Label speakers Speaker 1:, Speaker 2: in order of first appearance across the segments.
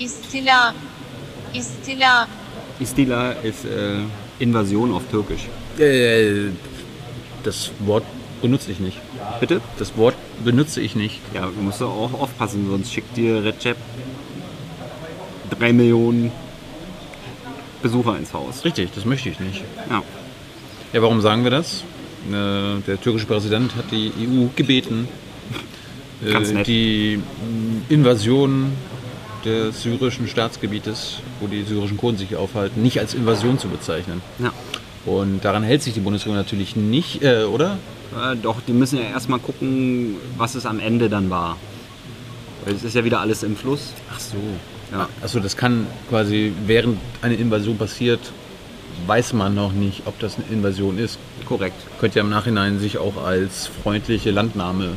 Speaker 1: İstila. İstila.
Speaker 2: Istila ist äh, Invasion auf Türkisch.
Speaker 3: Äh, das Wort benutze ich nicht.
Speaker 2: Bitte?
Speaker 3: Das Wort benutze ich nicht.
Speaker 2: Ja, du musst doch auch aufpassen, sonst schickt dir Recep drei Millionen Besucher ins Haus.
Speaker 3: Richtig, das möchte ich nicht.
Speaker 2: Ja.
Speaker 3: Ja, warum sagen wir das? Äh, der türkische Präsident hat die EU gebeten,
Speaker 2: Ganz
Speaker 3: äh,
Speaker 2: nett.
Speaker 3: die mh, Invasion des syrischen Staatsgebietes, wo die syrischen Kurden sich aufhalten, nicht als Invasion zu bezeichnen.
Speaker 2: ja.
Speaker 3: Und daran hält sich die Bundesregierung natürlich nicht, äh, oder?
Speaker 2: Äh, doch, die müssen ja erstmal gucken, was es am Ende dann war. Weil es ist ja wieder alles im Fluss.
Speaker 3: Ach so.
Speaker 2: Ja.
Speaker 3: Achso, Also das kann quasi, während eine Invasion passiert, weiß man noch nicht, ob das eine Invasion ist.
Speaker 2: Korrekt.
Speaker 3: Könnte ja im Nachhinein sich auch als freundliche Landnahme.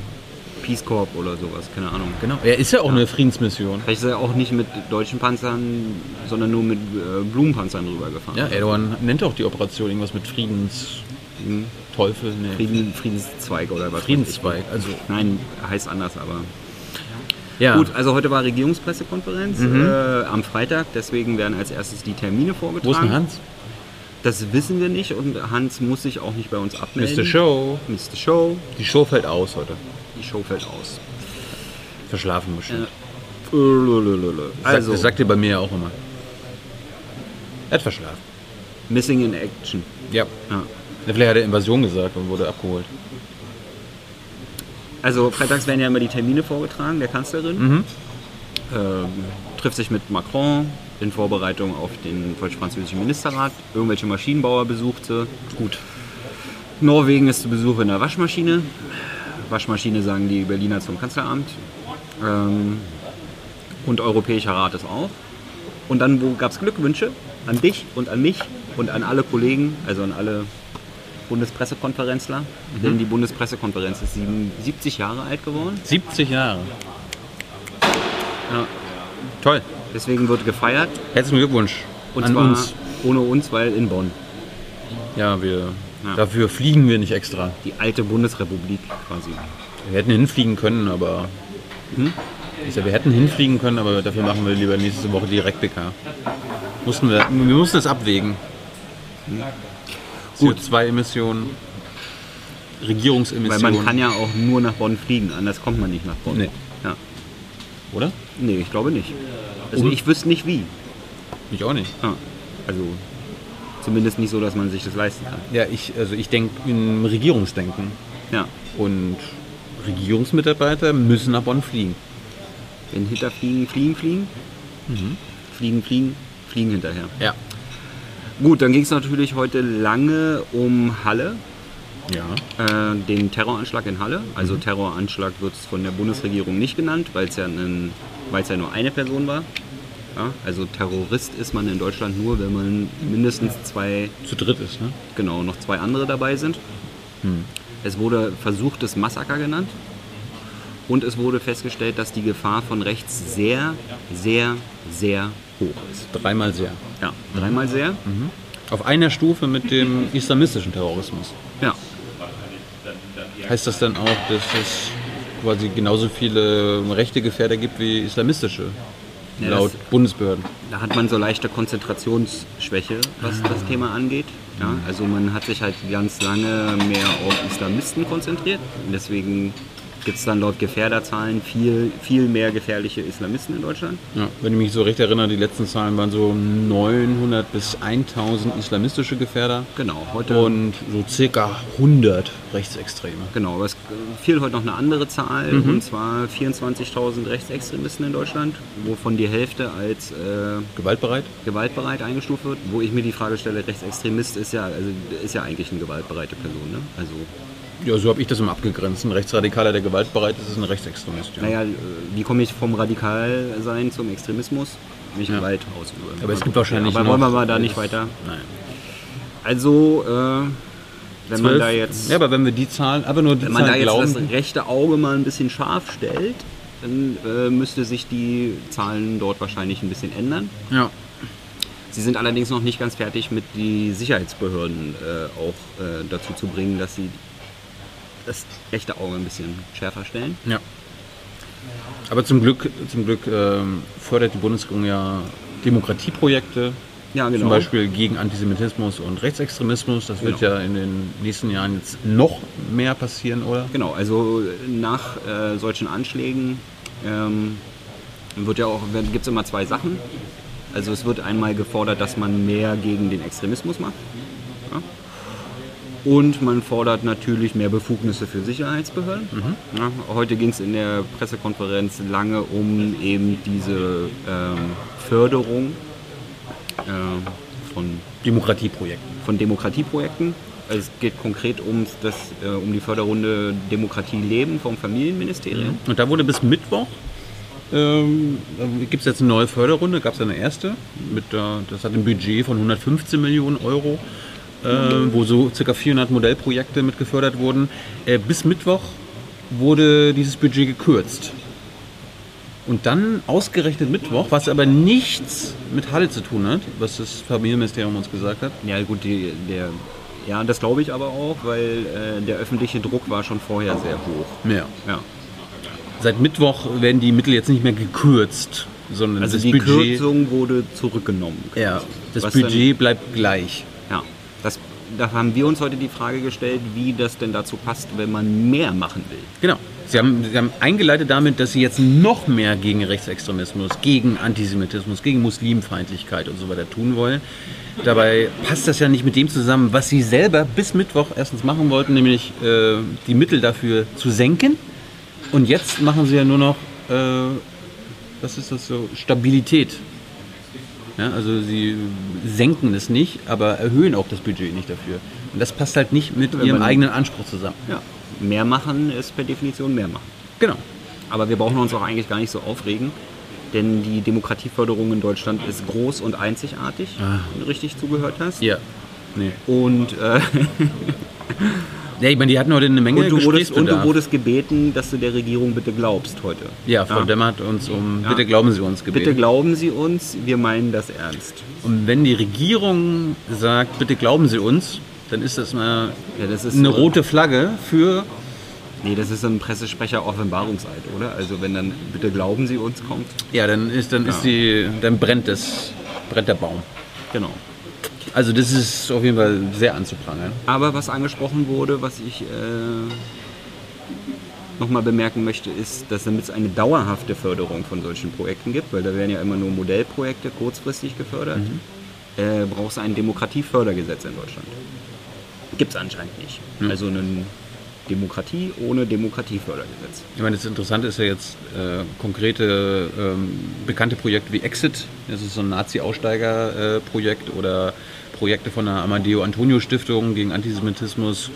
Speaker 2: Peace Corps oder sowas, keine Ahnung.
Speaker 3: Genau. Ja, ist ja auch eine Friedensmission.
Speaker 2: Vielleicht ist er auch nicht mit deutschen Panzern, sondern nur mit äh, Blumenpanzern rübergefahren.
Speaker 3: Ja, Erdogan nennt auch die Operation irgendwas mit Friedensteufel,
Speaker 2: Frieden,
Speaker 3: ne?
Speaker 2: Frieden, Friedenszweig oder was? weiß
Speaker 3: Friedenszweig. Also,
Speaker 2: ich. Nein, heißt anders, aber.
Speaker 3: ja. Mhm.
Speaker 2: Gut, also heute war Regierungspressekonferenz äh, am Freitag, deswegen werden als erstes die Termine vorgetragen.
Speaker 3: Wo ist denn Hans?
Speaker 2: Das wissen wir nicht und Hans muss sich auch nicht bei uns abmelden.
Speaker 3: Mr. Show.
Speaker 2: Mr. Show.
Speaker 3: Die Show fällt aus heute.
Speaker 2: Die Show fällt aus.
Speaker 3: Verschlafen bestimmt. Äh, Also.
Speaker 2: Also,
Speaker 3: Das sagt ihr bei mir ja auch immer. Er hat verschlafen.
Speaker 2: Missing in Action.
Speaker 3: Ja.
Speaker 2: Ja.
Speaker 3: Na, Vielleicht hat er Invasion gesagt und wurde abgeholt.
Speaker 2: Also freitags werden ja immer die Termine vorgetragen der Kanzlerin. Ähm, trifft sich mit Macron in Vorbereitung auf den deutsch-französischen Ministerrat. Irgendwelche Maschinenbauer besucht sie. Gut. Norwegen ist zu Besuch in der Waschmaschine. Waschmaschine sagen die Berliner zum Kanzleramt. Ähm, und Europäischer Rat ist auch. Und dann gab es Glückwünsche an dich und an mich und an alle Kollegen, also an alle Bundespressekonferenzler.
Speaker 3: Mhm.
Speaker 2: Denn die Bundespressekonferenz ist sieben- 70 Jahre alt geworden.
Speaker 3: 70 Jahre.
Speaker 2: Ja,
Speaker 3: Toll.
Speaker 2: deswegen wird gefeiert.
Speaker 3: Herzlichen Glückwunsch
Speaker 2: Und
Speaker 3: an
Speaker 2: zwar
Speaker 3: uns.
Speaker 2: ohne uns, weil in Bonn.
Speaker 3: Ja, wir.
Speaker 2: Ja.
Speaker 3: Dafür fliegen wir nicht extra.
Speaker 2: Die alte Bundesrepublik quasi.
Speaker 3: Wir hätten hinfliegen können, aber. Ich sag, wir hätten hinfliegen können, aber dafür machen wir lieber nächste Woche direkt BK. Mussten wir, wir mussten das abwägen. Hm?
Speaker 2: Gut.
Speaker 3: CO2-Emissionen,
Speaker 2: Weil
Speaker 3: Regierungsemissionen.
Speaker 2: man kann ja auch nur nach Bonn fliegen, anders kommt man nicht nach Bonn.
Speaker 3: Nee.
Speaker 2: Ja.
Speaker 3: Oder?
Speaker 2: nee ich glaube nicht. Also
Speaker 3: Und-
Speaker 2: ich wüsste nicht wie.
Speaker 3: Ich auch nicht.
Speaker 2: Ja. Also zumindest nicht so, dass man sich das leisten kann.
Speaker 3: Ja, ich, also ich denke im Regierungsdenken.
Speaker 2: Ja.
Speaker 3: Und Regierungsmitarbeiter müssen nach Bonn fliegen.
Speaker 2: Wenn hinterfliegen, fliegen, fliegen.
Speaker 3: Mhm.
Speaker 2: Fliegen, fliegen, fliegen hinterher.
Speaker 3: Ja.
Speaker 2: Gut, dann ging es natürlich heute lange um Halle,
Speaker 3: Ja.
Speaker 2: äh, den Terroranschlag in Halle. Also Terroranschlag wird es von der Bundesregierung nicht genannt, weil es ja, ein- weil's ja nur eine Person war. Ja, also Terrorist ist man in Deutschland nur, wenn man mindestens zwei,
Speaker 3: Zu dritt ist, ne?
Speaker 2: genau, noch zwei andere dabei sind. Es wurde versuchtes Massaker genannt. Und es wurde festgestellt, dass die Gefahr von rechts sehr, sehr, sehr hoch ist.
Speaker 3: Dreimal sehr.
Speaker 2: Ja, dreimal sehr.
Speaker 3: Auf einer Stufe mit dem islamistischen Terrorismus.
Speaker 2: Ja,
Speaker 3: Heißt das dann auch, dass es quasi genauso viele rechte Gefährder gibt wie islamistische?
Speaker 2: Ja,
Speaker 3: laut
Speaker 2: das-
Speaker 3: Bundesbehörden.
Speaker 2: Da hat man so leichte Konzentrationsschwäche, was das Thema angeht. Ja, also man hat sich halt ganz lange mehr auf Islamisten konzentriert. Und deswegen gibt es dann laut Gefährderzahlen viel, viel mehr gefährliche Islamisten in Deutschland.
Speaker 3: Ja, wenn ich mich so recht erinnere, die letzten Zahlen waren so 900 bis 1000 islamistische Gefährder
Speaker 2: Genau, heute.
Speaker 3: und so circa 100 Rechtsextreme.
Speaker 2: genau, aber es fiel heute noch eine andere Zahl, und zwar 24.000 Rechtsextremisten in Deutschland, wovon die Hälfte als äh,
Speaker 3: Gewaltbereit?
Speaker 2: gewaltbereit eingestuft wird, wo ich mir die Frage stelle, Rechtsextremist ist ja, also ist ja eigentlich eine gewaltbereite Person, ne? Also
Speaker 3: Ja, so habe ich das immer abgegrenzt. Ein Rechtsradikaler, der gewaltbereit ist, ist ein Rechtsextremist. Ja.
Speaker 2: Naja, äh, wie komme ich vom Radikalsein zum Extremismus? Nicht Gewalt ausüben.
Speaker 3: Aber es gibt wahrscheinlich
Speaker 2: Aber
Speaker 3: noch
Speaker 2: wollen wir mal da nicht weiter.
Speaker 3: Nein.
Speaker 2: Also, äh, wenn man da jetzt,
Speaker 3: ja, aber wenn wir die Zahlen, aber nur die
Speaker 2: wenn man da
Speaker 3: Zahlen
Speaker 2: jetzt das
Speaker 3: glauben,
Speaker 2: rechte Auge mal ein bisschen scharf stellt, dann äh, müsste sich die Zahlen dort wahrscheinlich ein bisschen ändern.
Speaker 3: ja.
Speaker 2: Sie sind allerdings noch nicht ganz fertig mit die Sicherheitsbehörden äh, auch äh, dazu zu bringen, dass sie das rechte Auge ein bisschen schärfer stellen.
Speaker 3: ja. Aber zum Glück, zum Glück ähm, fördert die Bundesregierung ja Demokratieprojekte,
Speaker 2: Ja, genau.
Speaker 3: zum Beispiel gegen Antisemitismus und Rechtsextremismus. Das wird
Speaker 2: Genau.
Speaker 3: ja in den nächsten Jahren jetzt noch mehr passieren, oder?
Speaker 2: Genau, also nach äh, solchen Anschlägen ähm, wird ja auch gibt es immer zwei Sachen. Also es wird einmal gefordert, dass man mehr gegen den Extremismus macht. Ja? Und man fordert natürlich mehr Befugnisse für Sicherheitsbehörden. Ja, heute ging es in der Pressekonferenz lange um eben diese ähm, Förderung äh, von
Speaker 3: Demokratieprojekte.
Speaker 2: von Demokratieprojekten. Also es geht konkret um, das, äh, um die Förderrunde Demokratie leben vom Familienministerium.
Speaker 3: Und da wurde bis Mittwoch, ähm, gibt es jetzt eine neue Förderrunde, gab es eine erste, mit, äh, das hat ein Budget von 115 Millionen Euro, äh, wo so circa 400 Modellprojekte mit gefördert wurden. Äh, bis Mittwoch wurde dieses Budget gekürzt. Und dann ausgerechnet Mittwoch, was aber nichts mit Halle zu tun hat, was das Familienministerium uns gesagt hat.
Speaker 2: Ja gut, die, der, ja, das glaube ich aber auch, weil äh, der öffentliche Druck war schon vorher sehr hoch.
Speaker 3: Ja.
Speaker 2: Ja.
Speaker 3: Seit Mittwoch werden die Mittel jetzt nicht mehr gekürzt, sondern
Speaker 2: Also
Speaker 3: das
Speaker 2: die
Speaker 3: Budget,
Speaker 2: Kürzung wurde zurückgenommen.
Speaker 3: ja, das
Speaker 2: Was denn-
Speaker 3: Budget bleibt gleich.
Speaker 2: Ja, das, da haben wir uns heute die Frage gestellt, wie das denn dazu passt, wenn man mehr machen will.
Speaker 3: Genau. Sie haben, sie haben eingeleitet damit, dass sie jetzt noch mehr gegen Rechtsextremismus, gegen Antisemitismus, gegen Muslimfeindlichkeit und so weiter tun wollen. Dabei passt das ja nicht mit dem zusammen, was sie selber bis Mittwoch erstens machen wollten, nämlich äh, die Mittel dafür zu senken. Und jetzt machen sie ja nur noch, äh, was ist das so, Stabilität. Ja, also sie senken es nicht, aber erhöhen auch das Budget nicht dafür. Und das passt halt nicht mit
Speaker 2: Wenn
Speaker 3: ihrem
Speaker 2: man-
Speaker 3: eigenen Anspruch zusammen.
Speaker 2: Ja. Mehr machen ist per Definition mehr machen.
Speaker 3: Genau.
Speaker 2: Aber wir brauchen uns auch eigentlich gar nicht so aufregen, denn die Demokratieförderung in Deutschland ist groß und einzigartig, wenn du richtig zugehört hast.
Speaker 3: Ah. Ja. Nee.
Speaker 2: Und, äh,
Speaker 3: Ja, ich meine, die hatten heute eine Menge
Speaker 2: und, du wurdest, und du
Speaker 3: Gesprächsbedarf.
Speaker 2: wurdest gebeten, dass du der Regierung bitte glaubst heute.
Speaker 3: ja, Frau Demmer hat uns um
Speaker 2: Ja.
Speaker 3: Bitte glauben Sie uns gebeten.
Speaker 2: Bitte glauben Sie uns, wir meinen das ernst.
Speaker 3: und wenn die Regierung sagt, bitte glauben Sie uns, dann ist das mal
Speaker 2: Ja, das ist äh,
Speaker 3: eine
Speaker 2: so-
Speaker 3: rote Flagge für.
Speaker 2: Nee, das ist ein Pressesprecher Offenbarungseid, oder? Also wenn dann bitte glauben Sie uns kommt.
Speaker 3: Ja, dann ist dann ist die dann brennt das brennt der Baum.
Speaker 2: Genau.
Speaker 3: Also das ist auf jeden Fall sehr anzuprangern.
Speaker 2: Aber was angesprochen wurde, was ich äh, nochmal bemerken möchte, ist, dass damit es eine dauerhafte Förderung von solchen Projekten gibt, weil da werden ja immer nur Modellprojekte kurzfristig gefördert, äh, braucht es ein Demokratiefördergesetz in Deutschland. Gibt es anscheinend nicht. Also eine Demokratie ohne Demokratiefördergesetz.
Speaker 3: Ich meine, das Interessante ist ja jetzt äh, konkrete ähm, bekannte Projekte wie Exit, das ist so ein Nazi-Aussteiger-Projekt oder Projekte von der Amadeo-Antonio-Stiftung gegen Antisemitismus,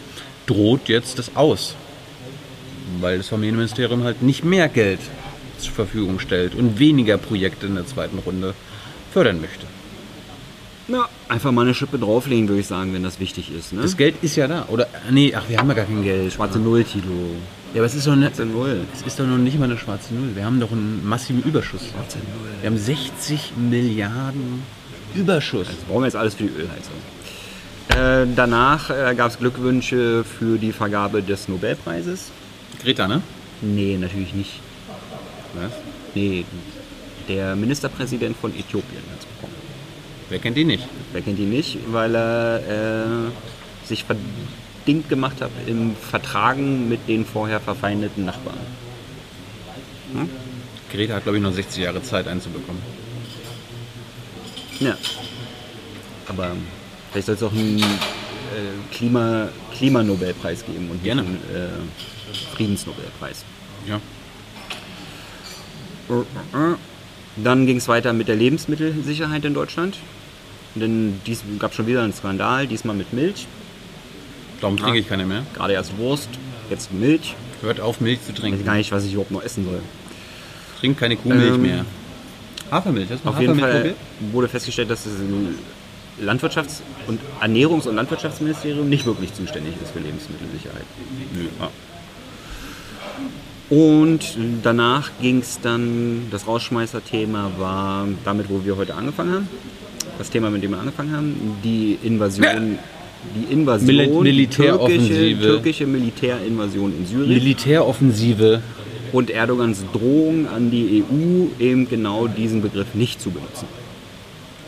Speaker 3: droht jetzt das aus, weil das Familienministerium halt nicht mehr Geld zur Verfügung stellt und weniger Projekte in der zweiten Runde fördern möchte.
Speaker 2: Na, einfach mal eine Schippe drauflegen, würde ich sagen, wenn das wichtig ist. Ne?
Speaker 3: Das Geld ist ja da, oder? Ah, Nee, ach, wir haben ja gar kein Geld.
Speaker 2: schwarze Null, Tilo.
Speaker 3: Ja, aber es ist doch, ne,
Speaker 2: Schwarze Null.
Speaker 3: es ist doch noch nicht mal eine schwarze Null. Wir haben doch einen massiven Überschuss.
Speaker 2: Schwarze Null.
Speaker 3: Wir haben 60 Milliarden Überschuss.
Speaker 2: Das brauchen wir jetzt alles für die Ölheizung. Äh, danach äh, gab es Glückwünsche für die Vergabe des Nobelpreises.
Speaker 3: Greta, ne?
Speaker 2: Nee, natürlich nicht. Was? Nee, der Ministerpräsident von Äthiopien hat es bekommen.
Speaker 3: Wer kennt die nicht?
Speaker 2: Wer kennt ihn nicht? Weil er äh, sich verdingt gemacht hat im Vertragen mit den vorher verfeindeten Nachbarn.
Speaker 3: Greta hat, glaube ich, noch 60 Jahre Zeit einzubekommen.
Speaker 2: Ja. Aber vielleicht soll es auch einen äh, Klima, Klimanobelpreis geben und
Speaker 3: Gerne.
Speaker 2: nicht einen äh, Friedensnobelpreis.
Speaker 3: Ja.
Speaker 2: Äh, Dann ging es weiter mit der Lebensmittelsicherheit in Deutschland. Denn dies gab schon wieder einen Skandal, diesmal mit Milch.
Speaker 3: Darum trinke
Speaker 2: Ah.
Speaker 3: ich keine mehr.
Speaker 2: Gerade erst Wurst, jetzt Milch.
Speaker 3: Hört auf, Milch zu
Speaker 2: Ich weiß
Speaker 3: trinken.
Speaker 2: gar nicht, was ich überhaupt noch essen soll.
Speaker 3: Trink keine Kuhmilch
Speaker 2: Ähm,
Speaker 3: mehr. Hafermilch, hast du mal
Speaker 2: Auf jeden
Speaker 3: Hafermilch
Speaker 2: Fall wurde festgestellt, dass das Landwirtschafts- und Ernährungs- und Landwirtschaftsministerium nicht wirklich zuständig ist für Lebensmittelsicherheit.
Speaker 3: Ah.
Speaker 2: Ja. Und danach ging es dann, das Rausschmeißer-Thema war damit, wo wir heute angefangen haben. Das Thema, mit dem wir angefangen haben, die Invasion, die Invasion,
Speaker 3: Mil-
Speaker 2: die türkische,
Speaker 3: Militäroffensive.
Speaker 2: türkische Militärinvasion in Syrien.
Speaker 3: Militäroffensive
Speaker 2: und Erdogans Drohung an die EU, eben genau diesen Begriff nicht zu benutzen.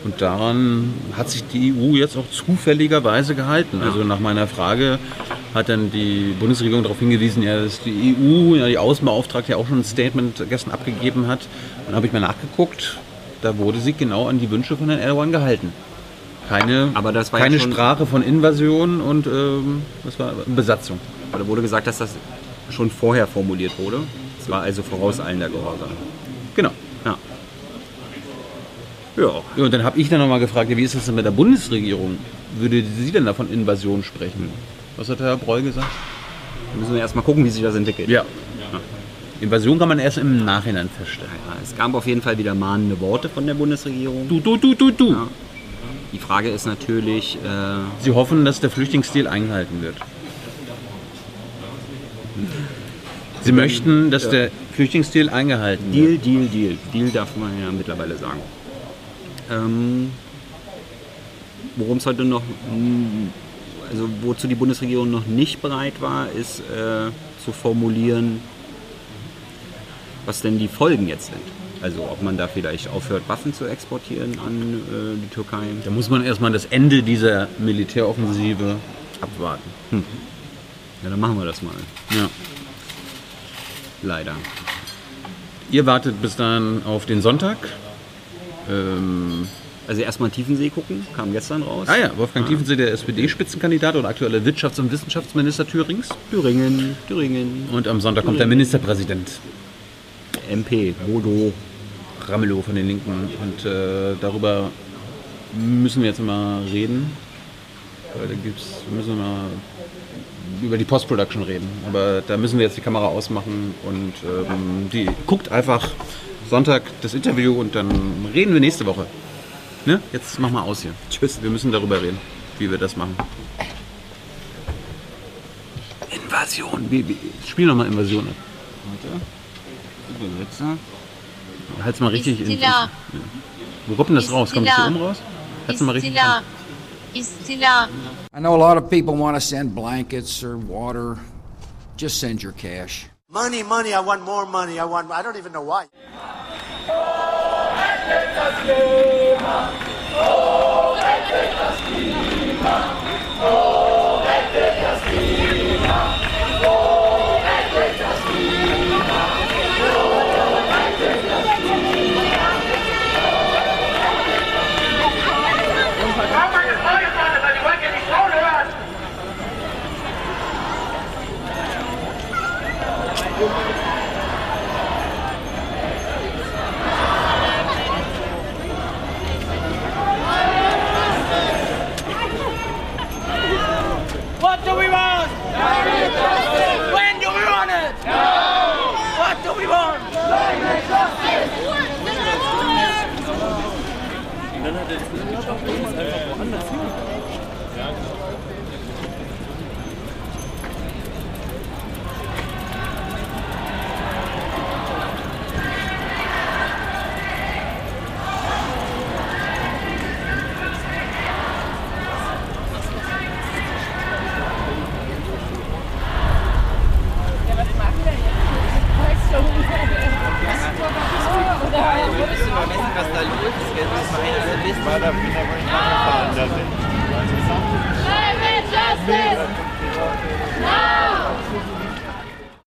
Speaker 3: Und daran hat sich die EU jetzt auch zufälligerweise gehalten. Also nach meiner Frage hat dann die Bundesregierung darauf hingewiesen, ja, dass die EU, ja, die Außenbeauftragte ja auch schon ein Statement gestern abgegeben hat. Und dann habe ich mal nachgeguckt, da wurde sie genau an die Wünsche von Herrn Erdogan gehalten. Keine,
Speaker 2: Aber das war ja
Speaker 3: keine
Speaker 2: schon-
Speaker 3: Sprache von Invasion und ähm, was war Besatzung.
Speaker 2: Aber da wurde gesagt, dass das schon vorher formuliert wurde. Es war also vorauseilender Gehorsam.
Speaker 3: Genau.
Speaker 2: Ja. Ja,
Speaker 3: Ja, Und dann habe ich dann nochmal gefragt, ja, wie ist das denn mit der Bundesregierung? Würde sie denn da von Invasion sprechen? Was hat Herr Breul gesagt?
Speaker 2: da müssen wir erstmal gucken, wie sich das entwickelt.
Speaker 3: Ja. Invasion kann man erst im Nachhinein feststellen.
Speaker 2: Ja, Es gab auf jeden Fall wieder mahnende Worte von der Bundesregierung.
Speaker 3: Du, du, du, du, du.
Speaker 2: Ja. Die Frage ist natürlich, äh,
Speaker 3: Sie hoffen, dass der Flüchtlingsdeal eingehalten wird. Sie möchten, dass der Flüchtlingsdeal eingehalten wird.
Speaker 2: Deal, Deal, Deal. Deal darf man ja mittlerweile sagen. Ähm, Worum es heute noch, mm, also wozu die Bundesregierung noch nicht bereit war, ist äh, zu formulieren, was denn die Folgen jetzt sind. Also ob man da vielleicht aufhört, Waffen zu exportieren an äh, die Türkei.
Speaker 3: Da muss man erstmal das Ende dieser Militäroffensive abwarten.
Speaker 2: Ja, dann machen wir das mal.
Speaker 3: Ja.
Speaker 2: Leider.
Speaker 3: Ihr wartet bis dann auf den Sonntag. Ähm,
Speaker 2: Also erstmal Tiefensee gucken, kam gestern raus.
Speaker 3: ah ja, Wolfgang Tiefensee, der SPD-Spitzenkandidat und aktueller Wirtschafts- und Wissenschaftsminister Thürings.
Speaker 2: Thüringen, Thüringen,
Speaker 3: Und am Sonntag kommt der Ministerpräsident
Speaker 2: MP, Bodo.
Speaker 3: Ramelow von den Linken. Und äh, darüber müssen wir jetzt mal reden. Weil da gibt's, wir müssen mal über die Post-Production reden. Aber da müssen wir jetzt die Kamera ausmachen und ähm, die guckt einfach Sonntag das Interview und dann reden wir nächste Woche. Ne? Jetzt mach mal aus hier. Tschüss. Wir müssen darüber reden, wie wir das machen. Invasion. Wie, wie, spiel nochmal Invasion ab.
Speaker 2: Übersetzer.
Speaker 3: Halt's mal richtig in.
Speaker 1: İstila,
Speaker 3: Wo kommt denn das
Speaker 1: Ist
Speaker 3: raus? Kommt das hier
Speaker 1: Stilla.
Speaker 3: oben um raus? Halt's mal richtig.
Speaker 1: istila, istila.
Speaker 4: I know a lot of people want to send blankets or water. Just send your cash.
Speaker 5: Money, money, I want more money. I want, I don't even know why.
Speaker 6: I'm bringing money from the money. Why can't you throw it around?
Speaker 7: What do we want? When do we want it? No. What do we want?
Speaker 8: wissen, was da los ist. Jetzt muss man einer wissen.